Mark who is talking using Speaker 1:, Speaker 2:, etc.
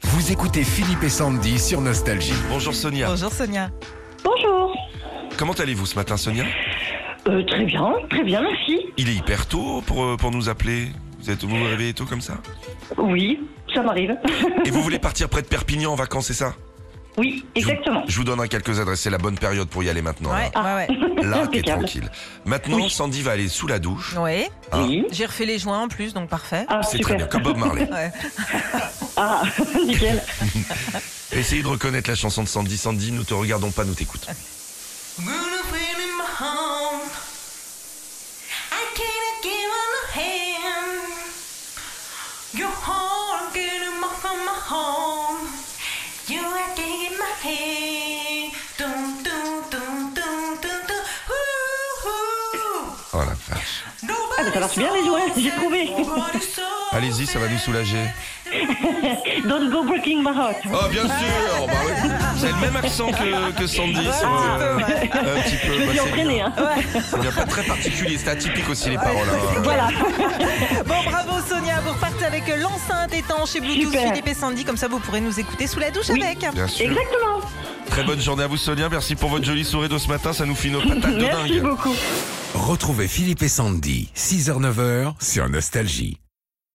Speaker 1: Vous écoutez Philippe et Sandy sur Nostalgie.
Speaker 2: Bonjour Sonia.
Speaker 3: Bonjour Sonia.
Speaker 4: Bonjour.
Speaker 2: Comment allez-vous ce matin Sonia
Speaker 4: Euh, très bien, très bien, merci.
Speaker 2: Il est hyper tôt pour, euh, pour nous appeler. Vous êtes, vous, vous réveillez tôt comme ça
Speaker 4: Oui, ça m'arrive.
Speaker 2: Et vous voulez partir près de Perpignan en vacances, c'est ça
Speaker 4: Oui, exactement.
Speaker 2: Je vous donnerai quelques adresses, c'est la bonne période pour y aller maintenant.
Speaker 3: Ouais,
Speaker 4: Ah.
Speaker 3: ouais, ouais.
Speaker 2: Là, Là, t'es
Speaker 4: Impeccable.
Speaker 2: tranquille. Maintenant,
Speaker 4: Oui.
Speaker 2: Sandy va aller sous la douche.
Speaker 3: Ouais.
Speaker 2: Ah.
Speaker 4: Oui.
Speaker 3: J'ai refait les joints en plus, donc parfait.
Speaker 4: Ah,
Speaker 2: C'est très
Speaker 4: super.
Speaker 2: bien, comme Bob Marley.
Speaker 3: Ouais.
Speaker 4: Ah, nickel.
Speaker 2: Essayez de reconnaître la chanson de Sandy. Sandy, nous te regardons pas, nous t'écoutons.
Speaker 5: Moon wind in my home. I can't give on a hand. You're home, getting my from my home. You are taking my hand. Dum, dum, dum, dum, dum, dum. Ooh, ooh.
Speaker 2: Oh la vache.
Speaker 4: Ah, mais ça marche bien les jouets, j'ai trouvé.
Speaker 5: Nobody's so
Speaker 2: Allez-y, ça va nous soulager.
Speaker 4: Don't go breaking my heart.
Speaker 2: Oh, bien sûr bah oui. C'est le même accent que, que Sandy. c'est-
Speaker 3: un petit peu,
Speaker 2: Un petit peu.
Speaker 4: Je
Speaker 2: bah,
Speaker 4: suis
Speaker 2: c'est bien.
Speaker 4: entraînée, hein.
Speaker 2: C'est bien, pas très particulier, c'est atypique aussi les paroles. hein.
Speaker 4: Voilà.
Speaker 3: Bon, bravo Sonia, vous repartez avec euh, l'enceinte étanche et Bluetooth
Speaker 4: Super.
Speaker 3: Philippe et Sandy, comme ça vous pourrez nous écouter sous la douche avec.
Speaker 2: Bien sûr.
Speaker 4: Exactement.
Speaker 2: Très bonne journée à vous Sonia, merci pour votre jolie soirée de ce matin, ça nous fait nos patates de
Speaker 4: Merci
Speaker 2: dingue.
Speaker 4: beaucoup.
Speaker 1: Retrouvez Philippe et Sandy, 6h-9h sur Nostalgie.